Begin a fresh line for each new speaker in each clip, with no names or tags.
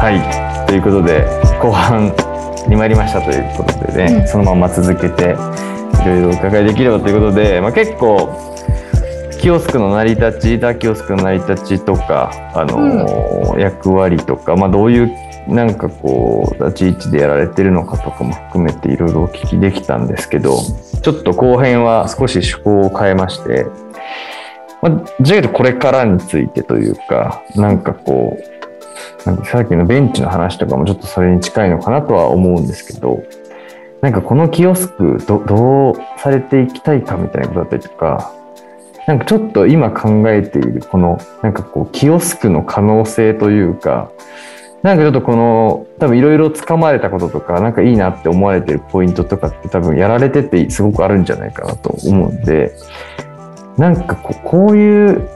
はいということで後半に参りましたということでね、
うん
そのまま続けていろいろお伺いできればということで、まあ、結構キオスクの成り立ちダキオスクの成り立ちとか、あのー役割とか、まあ、どういうなんかこう立ち位置でやられてるのかとかも含めていろいろお聞きできたんですけどちょっと後編は少し趣向を変えまして、まあ、じゃあこれからについてというかなんかこうなんかさっきのベンチの話とかもちょっとそれに近いのかなとは思うんですけどなんかこのキオスクどどうされていきたいかみたいなことだったりとかなんかちょっと今考えているこのなんかこうキオスクの可能性というかなんかちょっとこの多分いろいろつかまれたこととかなんかいいなって思われてるポイントとかって多分やられててすごくあるんじゃないかなと思うんでなんかこうこういう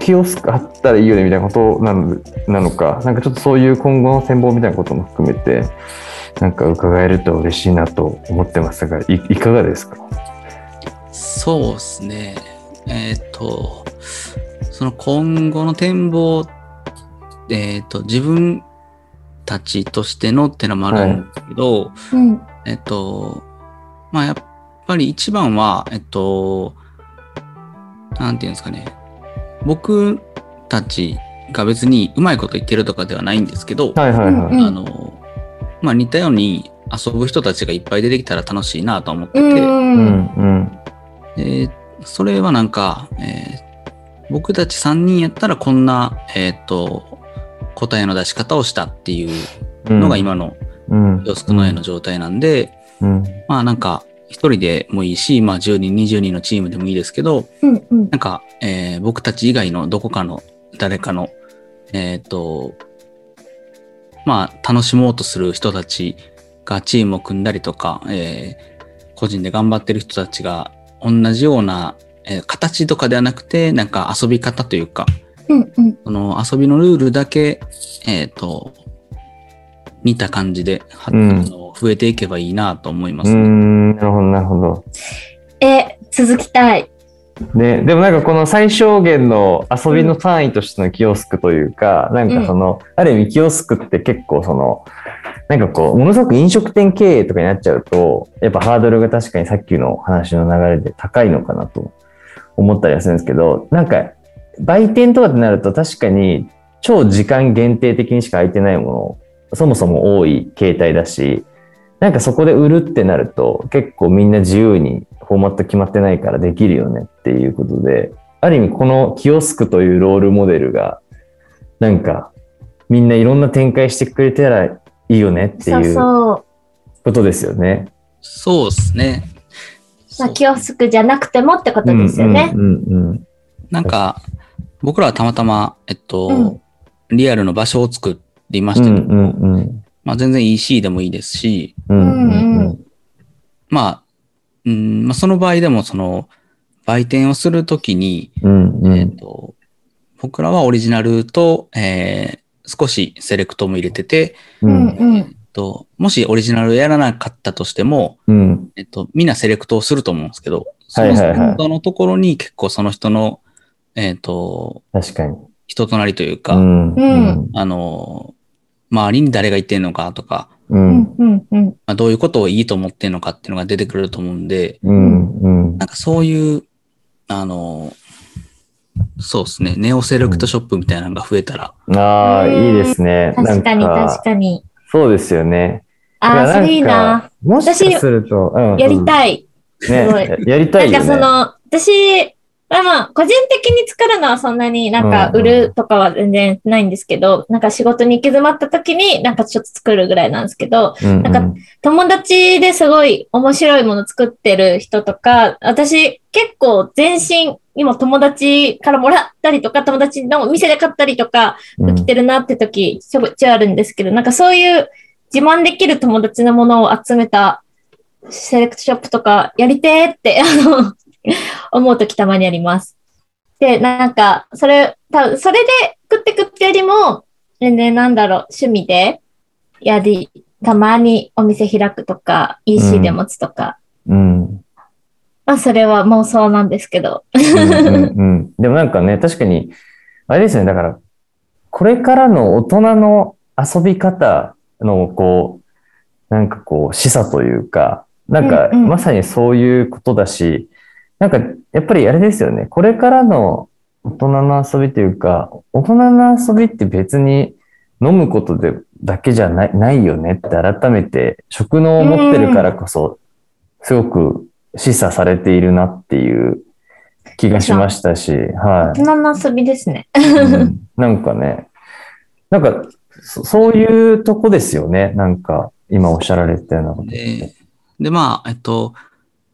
キオスクあったらいいよねみたいなことなのなのかなんかちょっとそういう今後の展望みたいなことも含めてなんか伺えると嬉しいなと思ってますがいいかがですか
そうですね。えっ、と、その今後の展望、えっ、と、自分たちとしてのってのもあるんですけど、
うん。
えっと、まあ、やっぱり一番は、えっと、なんていうんですかね。僕たちが別にうまいこと言ってるとかではないんですけど、
はいはいはい。
うん。
あの、まあ、似たように遊ぶ人たちがいっぱい出てきたら楽しいなと思ってて、
うんん
えーそれはなんか、えー僕たち3人やったらこんな、えーっと答えの出し方をしたっていう
うん
のが今の
うん
洋服の絵の状態なんで、
うん
まあなんか1人でもいいし、まあ、10人20人のチームでもいいですけど
うん。うん
なんか、えー僕たち以外のどこかの誰かのえーっ、とまあ楽しもうとする人たちがチームを組んだりとか、えー個人で頑張ってる人たちが同じような、えー形とかではなくてなんか遊び方というか
うん。うん。
その遊びのルールだけ、えー、と似た感じで、は
うん
あの増えていけばいいなと思いま
う
すね。
んなるほどなるほど。
え、続きたい。
ね、でもなんかこの最小限の遊びの単位としてのキオスクというか、なんかその、ある意味キオスクって結構その、なんかこう、ものすごく飲食店経営とかになっちゃうと、やっぱハードルが確かにさっきの話の流れで高いのかなと思ったりはするんですけど、なんか、売店とかってなると確かに超時間限定的にしか空いてないもの、そもそも多い形態だし、なんかそこで売るってなると結構みんな自由にフォーマット決まってないからできるよねっていうことで、ある意味このキオスクというロールモデルが、なんかみんないろんな展開してくれたらいいよねって
そう
いう
そう。
ことですよね。
そうですね。
まあ、
そう
キオスクじゃなくてもってことですよね。
うんうんうん
なんか僕らはたまたま、えっとリアルの場所を作りまし
う
た
ん
けど、
うんうん
まあ、全然 EC でもいいですし、
うんうんうん
まあうんまあ、その場合でもその売店をするときに、
うんう
えっ、
ん
と、僕らはオリジナルと、えー少しセレクトも入れてて、
う
うん
ん
うん。
ともしオリジナルやらなかったとしても、
うん
えっと、みんなセレクトをすると思うんですけど、そ
はい
の
はい
セ
はい
レクトのところに結構その人の、えっ、と、
確かに。
人となりというか、
うん
うん
あの、周りに誰がいてんのかとか、
う
うんんうんうん。
まあ、どういうことをいいと思ってんのかっていうのが出てくると思うんで、
うんうん
なんかそういう、あの、そうですね、ネオセレクトショップみたいなのが増えたら、
ああ、いいですね。
確かに
なん
確かに。
そうですよね。
ああ、それいい
なん
な。
か。もしかすると、うん
やりた
ね
い。すごい
ややりたい
な
よ
んか
ね。
その、私、まあまあ、個人的に作るのはそんなになんか
うんうん
売るとかは全然ないんですけど、なんか仕事に行き詰まった時になんかちょっと作るぐらいなんですけど、
うんうん
なん友達ですごい面白いもの作ってる人とか、私結構全身にも友達からもらったりとか、友達のお店で買ったりとか、
うん
来てるなって時、ちょこちょいあるんですけど、なんかそういう自慢できる友達のものを集めたセレクトショップとかやりてーって、あの、 思う時たまにあります。で、なんか、それ、多分それで食って食ってよりも、全然なんだろう、趣味で、やり、たまにお店開くとか、
う
EC
ん
で持つとか、
うん
まあそれは妄想なんですけど。
うんうんうんでもなんかね、確かに、あれですよね、だから、これからの大人の遊び方のこう、なんかこう、示唆というか、なんか
うんうん
まさにそういうことだし、なんかやっぱりあれですよね、これからの大人の遊びというか、大人の遊びって別に飲むことでだけじゃないないよねって改めて、職能を持ってるからこそ、すごく示唆されているなっていう気がしましたし、はい。
大人の遊びですね。
うんなんかね、なんかそ、そういうとこですよね。なんか、今おっしゃられたようなこと。
で、で、まあ、えっと、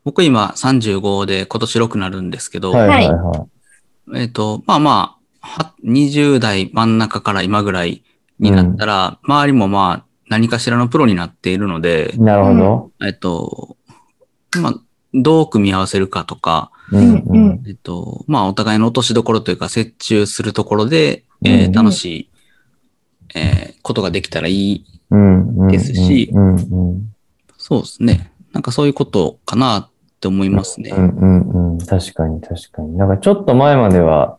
僕今35で今年6なるんですけど、
はいはいは
えっと、まあまあ、は20代真ん中から今ぐらいになったら、周りもまあ、何かしらのプロになっているので
い。、なるほど。
えっと、まあ、どう組み合わせるかとか、
う
うん
ん
う
うんん。
えっと、まあ、お互いの落としどころというか、折衷するところで、
う
えー
んうん
楽しい、えーことができたらいい。
うんうん
ですし
うんうん
そうですね。なんかそういうことかなって思いますね。
うんうんうん。確かに確かに。なんかちょっと前までは、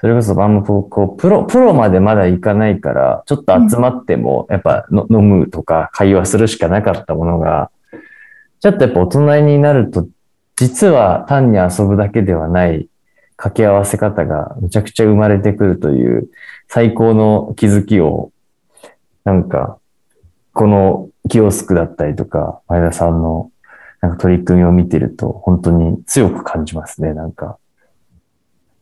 それこそあんまこうこうプロ、プロまでまだいかないから、ちょっと集まっても、やっぱの飲むとか会話するしかなかったものが、ちょっとやっぱ大人になると、実は単に遊ぶだけではない掛け合わせ方がむちゃくちゃ生まれてくるという最高の気づきを、なんか、このキオスクだったりとか、前田さんのなんか取り組みを見てると、本当に強く感じますね、なんか。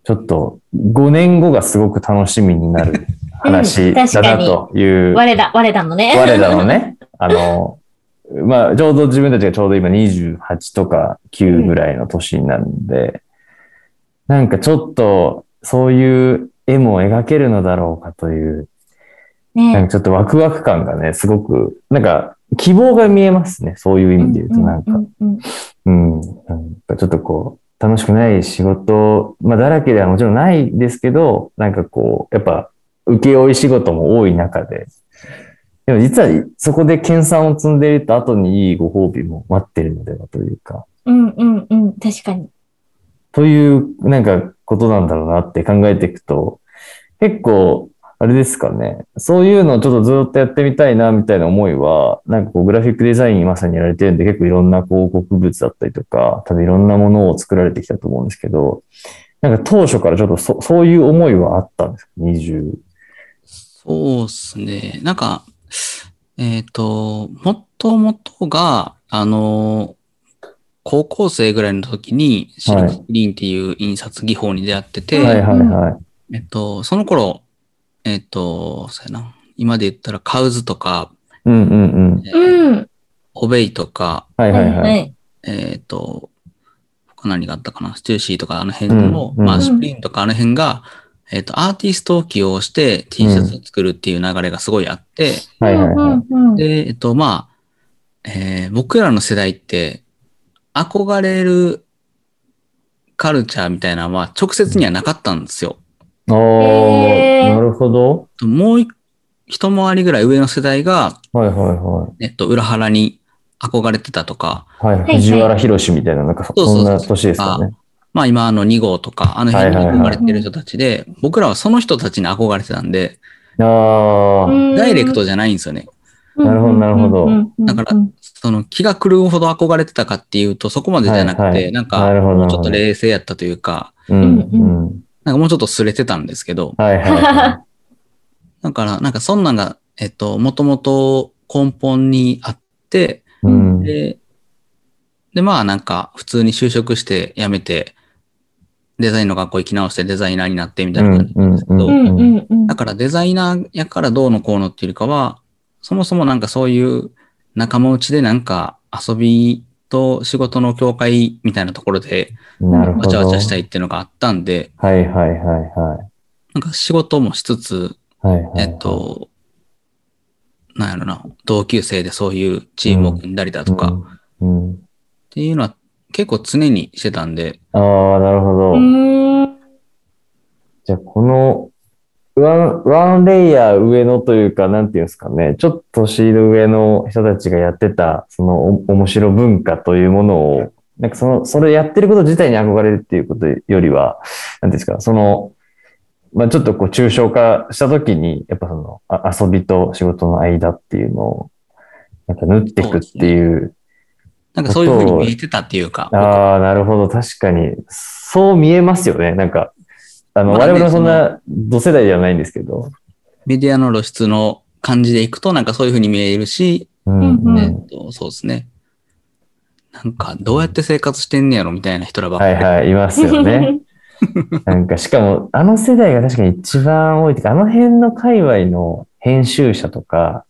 ちょっと、5年後がすごく楽しみになる話だなという。
我ら、我らのね。
我らのね、 あの、まあ、ちょうど自分たちがちょうど今28とか9ぐらいの年になるんで、なんかちょっとそういう絵も描けるのだろうかという、なん
ね
かちょっとワクワク感がね、すごく、なんか希望が見えますね、そういう意味で言うと、なんか。
うんうんう
うん、
ん
なんかちょっとこう、楽しくない仕事、まあ、だらけではもちろんないですけど、なんかこう、やっぱ、請負い仕事も多い中で、でも実はそこで研鑽を積んでいると後にいいご褒美も待ってるのではというか、
うんうんうん、確かに。
という、なんか、ことなんだろうなって考えていくと、結構、あれですかね。そういうのをちょっとずっとやってみたいな、みたいな思いは、なんかこう、グラフィックデザインまさにやられてるんで、結構いろんな広告物だったりとか、多分いろんなものを作られてきたと思うんですけど、なんか当初からちょっとそそういう思いはあったんですか ?20。
そうですね。なんか、えっ、と、もともとが、あの、高校生ぐらいの時に、シルクスクリーンっていう印刷技法に出会ってて、
はいはいは
えっと、その頃、えっと、そうやな、今で言ったらカウズとか、
い。うんうんうん。
えー
うん。
オベイとか、
はいはいはい。
い。
えっと、他何があったかな、スチューシーとかあの辺の、
うんうん
まあ、スプリンとかあの辺が、えっと、アーティストを起用して T シャツを作るっていう流れがすごいあって、
はいはいはい。
うんうんうん
で、えっと、まあ、えー僕らの世代って、憧れるカルチャーみたいなのは直接にはなかったんですよ。
お
へー
ー、なるほど。
もうい一回りぐらい上の世代が、
はいはいは
えっと、裏腹に憧れてたとか、
い。はい、
はい
藤原宏みたいな、なんかそ
そうそうそ
ん
う
な年ですかね。
まあ今あの2号とか、あの辺に
はいはいはい
憧れてる人たちで、僕らはその人たちに憧れてたんで、
ああー。
うん
ダイレクトじゃないんですよね。
なるほどなるほど
うんうんうん
だからその気が狂うほど憧れてたかっていうと、そこまでじゃな
は
く
いは
て、
い
なん
な
か、
るほど
もうちょっと冷静やったというか、
うん
う
うんん。
なんかもうちょっとすれてたんですけど、
はいはいは
だから、なんかそんなんが、えっと、もともと根本にあって、
い。うん。
で、で、まあなんか普通に就職して辞めて、デザインの学校行き直してデザイナーになってみたいな感じなんですけ
うんうん
う
ど、
んうんうん
だからデザイナーやからどうのこうのっていうよりかは、そもそもなんかそういう仲間内でなんか遊びと仕事の境界みたいなところで
なるほど。
わちゃわちゃした
い。
いっていうのがあったんで、
はいはいは
なんか仕事もしつつ、
いはい。はいはい
えっ、と、なんやろな、同級生でそういうチームを組んだりだとかっ
うん。うん。
ていうのは結構常にしてたんで、
ああ、なるほど。
うーん
じゃあ、この、ワン、ワンレイヤー上のというか、なんていうんですかね、ちょっと年の上の人たちがやってた、その、お面白文化というものを、なんかその、それやってること自体に憧れるっていうことよりは、なんていうんですか、その、まあ、ちょっとこう抽象化した時に、やっぱそのあ遊びと仕事の間っていうのを、なんか縫っていくっていう。
なんかそういうふうに見えてたっていうか、
ああ、なるほど。確かに。そう見えますよね。なんか、あの、
まあ
我
ね
々もそんな同世代ではないんですけど。
メディアの露出の感じでいくと、なんかそういうふうに見えるし、
うん
うん
えっと、そうですね。なんか、どうやって生活してんねやろみたいな人らばっか
は
り
いはい、いますよ ね。なんか、しかも、あの世代が確かに一番多いというか、あの辺の界隈の編集者とか、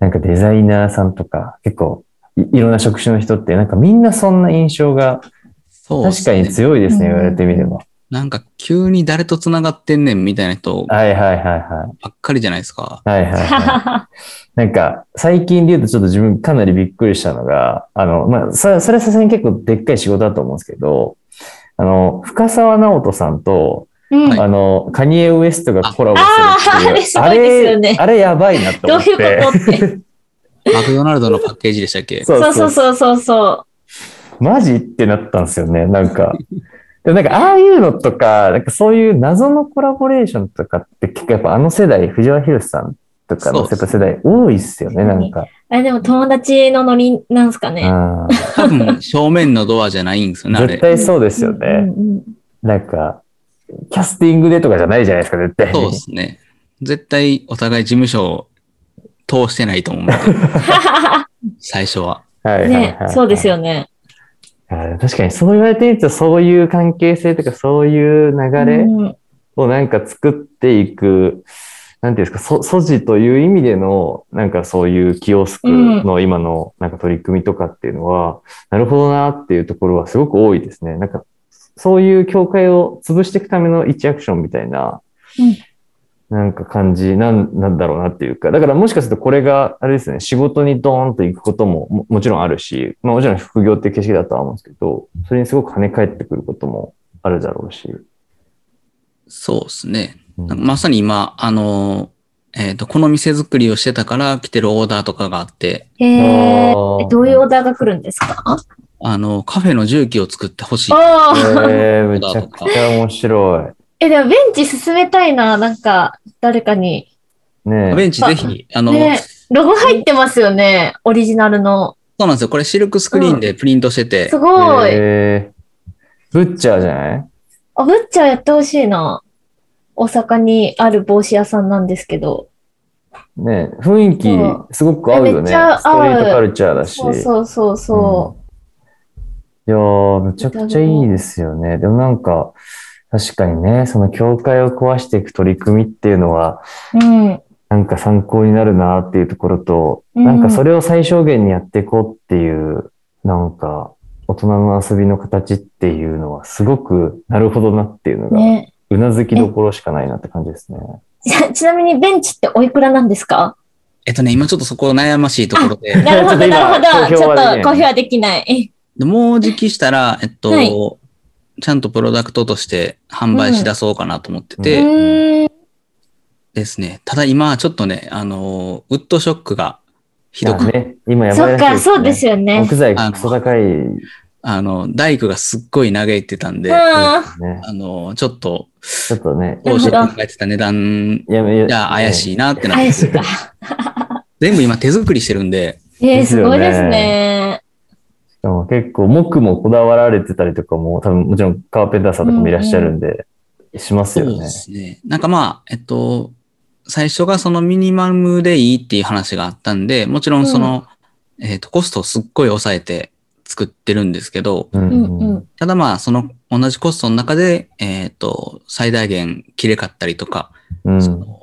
なんかデザイナーさんとか、結構い、いろんな職種の人って、なんかみんなそんな印象が
そうっ
確
す
か
ね
に強いですね、
うん
言われてみれば。
なんか急に誰と繋がってんねんみたいな人ば
はいはいはいはい。
っかりじゃないですか。
はいはい、はい。なんか、最近で言うとちょっと自分かなりびっくりしたのが、あの、まあ、そそれはさすがに結構でっかい仕事だと思うんですけど、あの、深沢直人さんと、
うん
はい
あの、カニエ・ウエストがコラボするっていう。
ああ あれすごいですよね
あれ、あれやばいなと
ど
思
う
っ
い
て。
うことって。
マクドナルドのパッケージでしたっけ
そ
そう
うそ
そううそうそうそ
マジってなったんですよね、なんか。でもなんか、ああいうのとか、なんかそういう謎のコラボレーションとかって結構やっぱあの世代、藤原宏さんとかの
そ
や
うっす
っぱ世代多いっすよね、なんか。
う。あれでも友達のノリなんすかね。
うん
多分正面のドアじゃないんですよね、あ
絶
れ。
対そうですよ
うん
ね。
うん
なんか、キャスティングでとかじゃないじゃないですか、絶対に。
そうですね。絶対お互い事務所を通してないと思 うんで、最初は。
はいは
うん
いはい
ね
はい、
そうですよね。
あー確かにそう言われてみると、そういう関係性とか、そういう流れ
うん
をなんか作っていく、なんていうんですか、そ素地という意味での、なんかそういうキオスクの今のなんか取り組みとかっていうのは、なるほどなっていうところはすごく多いですね。なんか、そういう境界を潰していくための一アクションみたいな、
うん
なんか感じなんなんだろうなっていうか、だからもしかするとこれが、あれですね、仕事にドーンと行くこともももちろんあるし、まあもちろん副業っていう形式だとは思うんですけど、それにすごく跳ね返ってくることもあるだろうし。
そうですね。
うん
なんかまさに今、あの、えっ、と、この店作りをしてたから来てるオーダーとかがあって、
へえ
あ。ー
えどういうオーダーが来るんですか
あの、カフェの重機を作ってほしい。
あー
えー、めちゃくちゃ面白
え、でもベンチ進めたいな、なんか、誰かに。
い。ね
ベンチぜひ、あの、
ね、ロゴ入ってますよね、オリジナルの。
そうなんですよ。これシルクスクリーンでプリントしてて、
すごい。
えーブッチャーじゃない
あ、ブッチャーやってほしいな。大阪にある帽子屋さんなんですけど。
ね雰囲
そう
気すごく合うよ
めっ
ね。
ちゃ合う
ストリートカルチャーだし。
そうそうそうそ
いやー、めちゃくちゃいいですよね。でもなんか、確かにね、その境界を壊していく取り組みっていうのは、
う。うん。
なんか参考になるなっていうところと、
うん
なんかそれを最小限にやっていこうっていう、なんか、大人の遊びの形っていうのは、すごくなるほどなっていうのが、
ね。
うなずきどころしかないなって感じですね。
じゃちなみにベンチっておいくらなんで すか
えっとね、今ちょっとそこ悩ましいところで、
なるほ
ちょっと
ど、
今
なるほど。ち
公
ょっ
表はできない
と公表はできない。
でもうじきしたら、えっと、
はい
ちゃんとプロダクトとして販売しだそうかなと思って
う
て、
ん
ーん。
ですね。ただ今、ちょっとね、あの、ウッドショックがひどく、
ね、今やば
そ
いら
っ
しい
か、そうです
よ
よね。
木材クソ高いで
あの、大工がすっごい嘆いてたん
う
で、
ん。
あ
あ
すね。
の、ちょっと、
ちょっとね、
な
当
るほ
初
ど
考えてた値段
やめ、
じゃ怪し
い。
いなってなって、
やしいか。
全部今手作りしてるんで、
え
で
ー、
す
す
よね
ごいですね。
でも結構木もこだわられてたりとかも、多分もちろんカーペンターさんとかもいらっしゃるんで、しますよ
そう
ね
で。すね。なんかまあ、えっと、最初がそのミニマムでいいっていう話があったんで、もちろんその、えっと、コストをすっごい抑えて作ってるんですけど、
う
うんうん。
ただまあ、その同じコストの中で、えっと、最大限切れかったりとか、
うん
その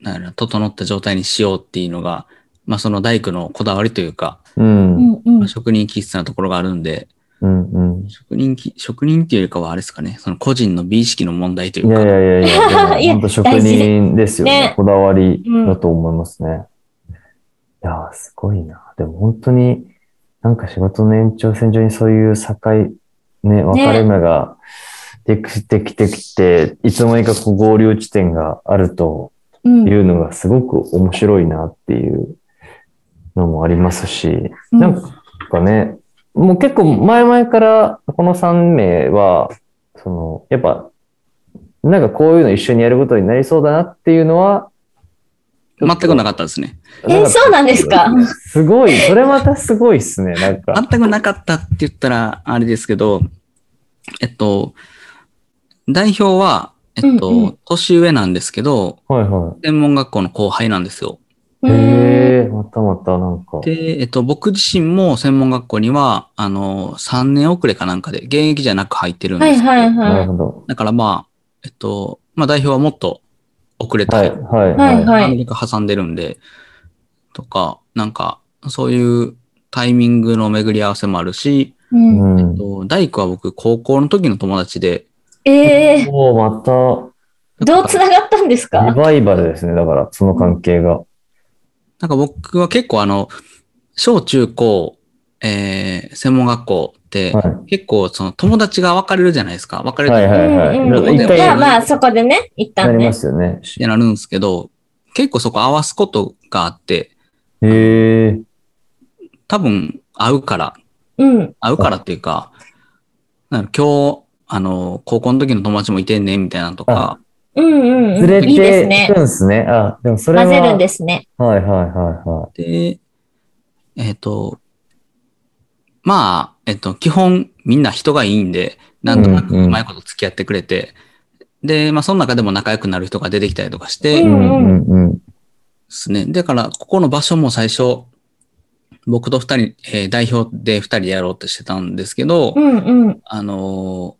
なんやろ整った状態にしようっていうのが、まあその大工のこだわりというか、
うん
うんう
まあ
ん。
職人気質なところがあるんで、
うんうん
職人気、職人っていうよりかはあれですかね、その個人の美意識の問題とい
いう
か
やい、やいやいや、
いや
本当職人ですよ
大
ね
事ね。
こだわりだと思いますね。いやー、すごいな。でも本当に、なんか仕事の延長線上にそういう境、ね、分かれ目ができてきてきて、いつの間にかこう合流地点があると
うん
いうのがすごく面白いなっていうのもありますし、
うん
なんかね、もう結構前々からこの3名は、その、やっぱ、なんかこういうの一緒にやることになりそうだなっていうのは、
全くなかったですね。
えそうなんですか
すごい、それまたすごいっすね、なんか。
全くなかったって言ったら、あれですけど、えっと、代表は、えっと、
うんうん
年上なんですけど、
はいは
専門学校の後輩なんですよ。
い。へえ、またまたなんか。
で、えっと、僕自身も専門学校には、あの、3年遅れかなんかで、現役じゃなく入ってるん
は
で
い
すけど、
はい
な
は
る
い。
ほど。
だからまあ、えっと、まあ代表はもっと遅れた、
はいはい
はい
は。
はい
アメリカ挟んでるんで、とか、なんか、そういうタイミングの巡り合わせもあるし、
うん、
うん。
と大工は僕、高校の時の友達で、
ええ
おおまた、
どうつながったんです
リ
か
バイバルですね、だから、その関係が。
なんか僕は結構あの、小中高、えー、専門学校って、
は
結構その友達が分かれるじゃないですか。分か
い。
れて
はいは
う
いはい。
んうん。
一
まあ
回
体に
まあ、そこでね、一
な
旦
り
ね
ま。すよね。
ってなるんですけど、結構そこ合わすことがあって、
へえ。
多分合うから、
うん。
合うからっていうか、なんか今日、あの、高校の時の友達もいてんね、みたいなのとか、
うんうん
連れ
うん。いいです
てい
ね
く。んすね。あ、でもそれは。
混ぜるんですね。
はいはいはいは
で、えっ、と、まあ、えっ、と、基本みんな人がいいんで、なんとな
う
く
んうん
うまいこと付き合ってくれて、で、まあ、その中でも仲良くなる人が出てきたりとかして、
い。う
うん
んうんうん。
ですね。だから、ここの場所も最初、僕と二人、えー代表で二人でやろうとしてたんですけど、
うんうん。
あのー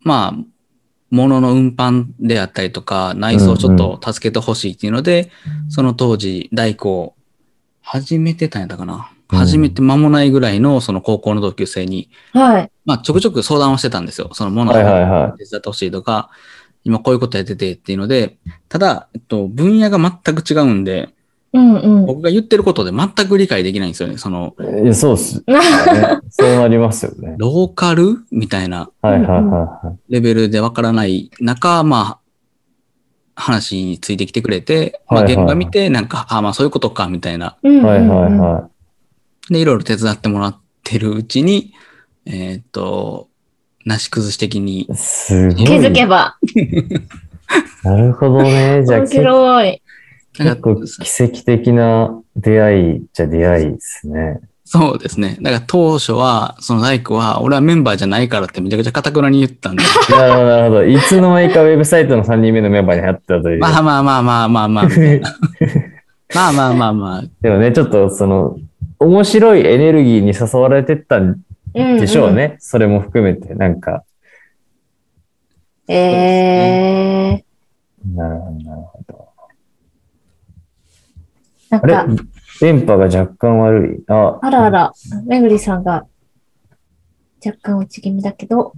まあ、物の運搬であったりとか、内装をちょっと助けてほしいっていうので、その当時、大工を始めてたんやったかな。
うん
始めて間もないぐらいの、その高校の同級生に、
はい。
まあ、ちょくちょく相談をしてたんですよ。その物を
はいはい
手
は
伝ってほしいとか、今こういうことやっててっていうので、ただ、えっと、分野が全く違うんで、
うんうん。
僕が言ってることで全く理解できないんですよね。その、
い。いや、そうっす。 ねそうなりますよね。
ローカルみたいな
はいはいはいはい。
レベルでわからない中、まあ、話についてきてくれて、まあ、
はいはい
現場見て、なんか、あまあそういうことか、みたいな。
うんうん
はいはい
うん
は
で、いろいろ手伝ってもらってるうちに、えーっと、なし崩し的に
い。、すごい。
気づけば。
なるほどね。じゃあ
面白い。
なん
結
か
構奇跡的な出会いじゃ出会いですね。
そうですね。だから当初は、その大工は、俺はメンバーじゃないからってめちゃくちゃ堅くなに言ったんで、
なるほど、なるほど。いつの間にかウェブサイトの3人目のメンバーに入ってたという。
まあまあまあまあまあまあ、まあまあまあまあ、
でもね、ちょっとその、面白いエネルギーに誘われてったん
うん。
でしょうね。。それも含めて、なんか。
ええ。
なるほど、なるほど。
なん
あ
か
れ、電波が若干悪い。あ、
あらあら、めぐりさんが若干落ち気味だけど、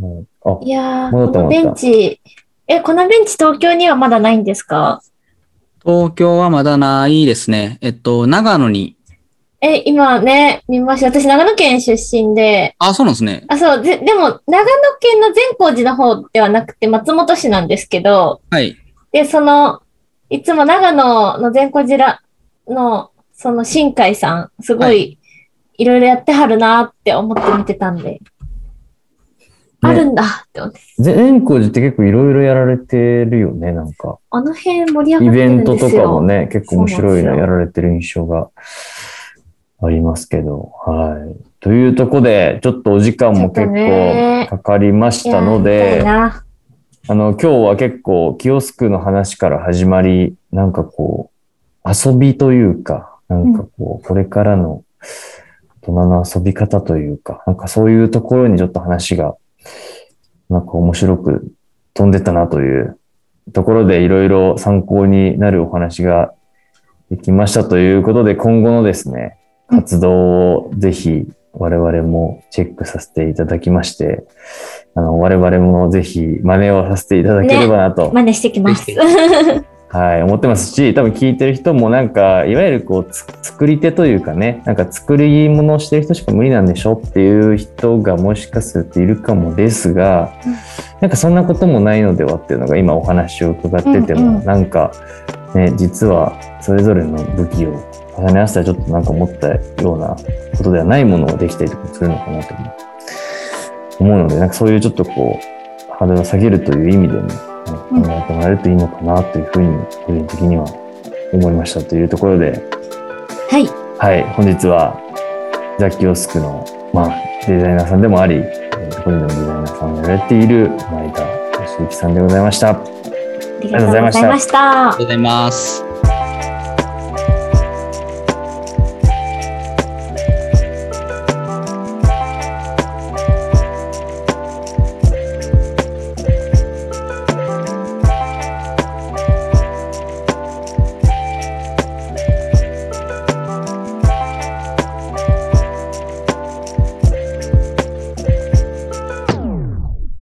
うん。あ、
いやー、
戻った
このベンチ、え、このベンチ東京にはまだないんですか
東京はまだないですね。えっと、長野に。
え、今ね、見ました。私、長野県出身で、
あ、そうなんですね。
あ、そう、ででも、長野県の善光寺の方ではなくて、松本市なんですけど、
はい。
で、その、いつも長野の善光寺の、その、新海さん、すご、
はい
いろいろやってはるなーって思って見てたんで、あるんだって思って。
ぜ善光寺って結構いろいろやられてるよね、なんか。
あの辺盛り上
イ
がって
ベ
るん
ント
ですよ。
とかもね、結構面白い
そう
の
なんです
や
よ
られてる印象がありますけど。はい。というとこで、ちょっとお時間も
ち
結
ょっとね
構かかりましたの
いやー見たい
で、
な
あの、今日は結構、キオスクの話から始まり、なんかこう、遊びというか、なんかこう、これからの大人の遊び方というか、なんかそういうところにちょっと話が、なんか面白く飛んでったなというところで、いろいろ参考になるお話ができましたということで、今後のですね、
うん
活動をぜひ我々もチェックさせていただきまして、あの、我々もぜひ真似をさせていただければなと、
真似してきます。
ぜひ
はい、思ってますし、多分聞いてる人もなんか、いわゆるこう、つ作り手というかね、なんか作り物をしてる人しか無理なんでしょっていう人がもしかするといるかもですが
うん、
なんかそんなこともないのではっていうのが今お話を伺ってても、
うんうん
なんか、ね、実はそれぞれの武器を重ね合わせたらちょっとなんか思ったようなことではないものをできたりとかするのかなと思うので、なんかそういうちょっとこう、ハードルを下げるという意味でも、ね、
うん
考えてもらえるといいのかなというふうに、個人的には思いましたというところで、
はい。
はい、本日はザ・キオスクの、まあ、デザイナーさんでもあり、えー個人のデザイナーさんをやられている前田俊之さんでございました。
ありがとうございました。
がとうございます。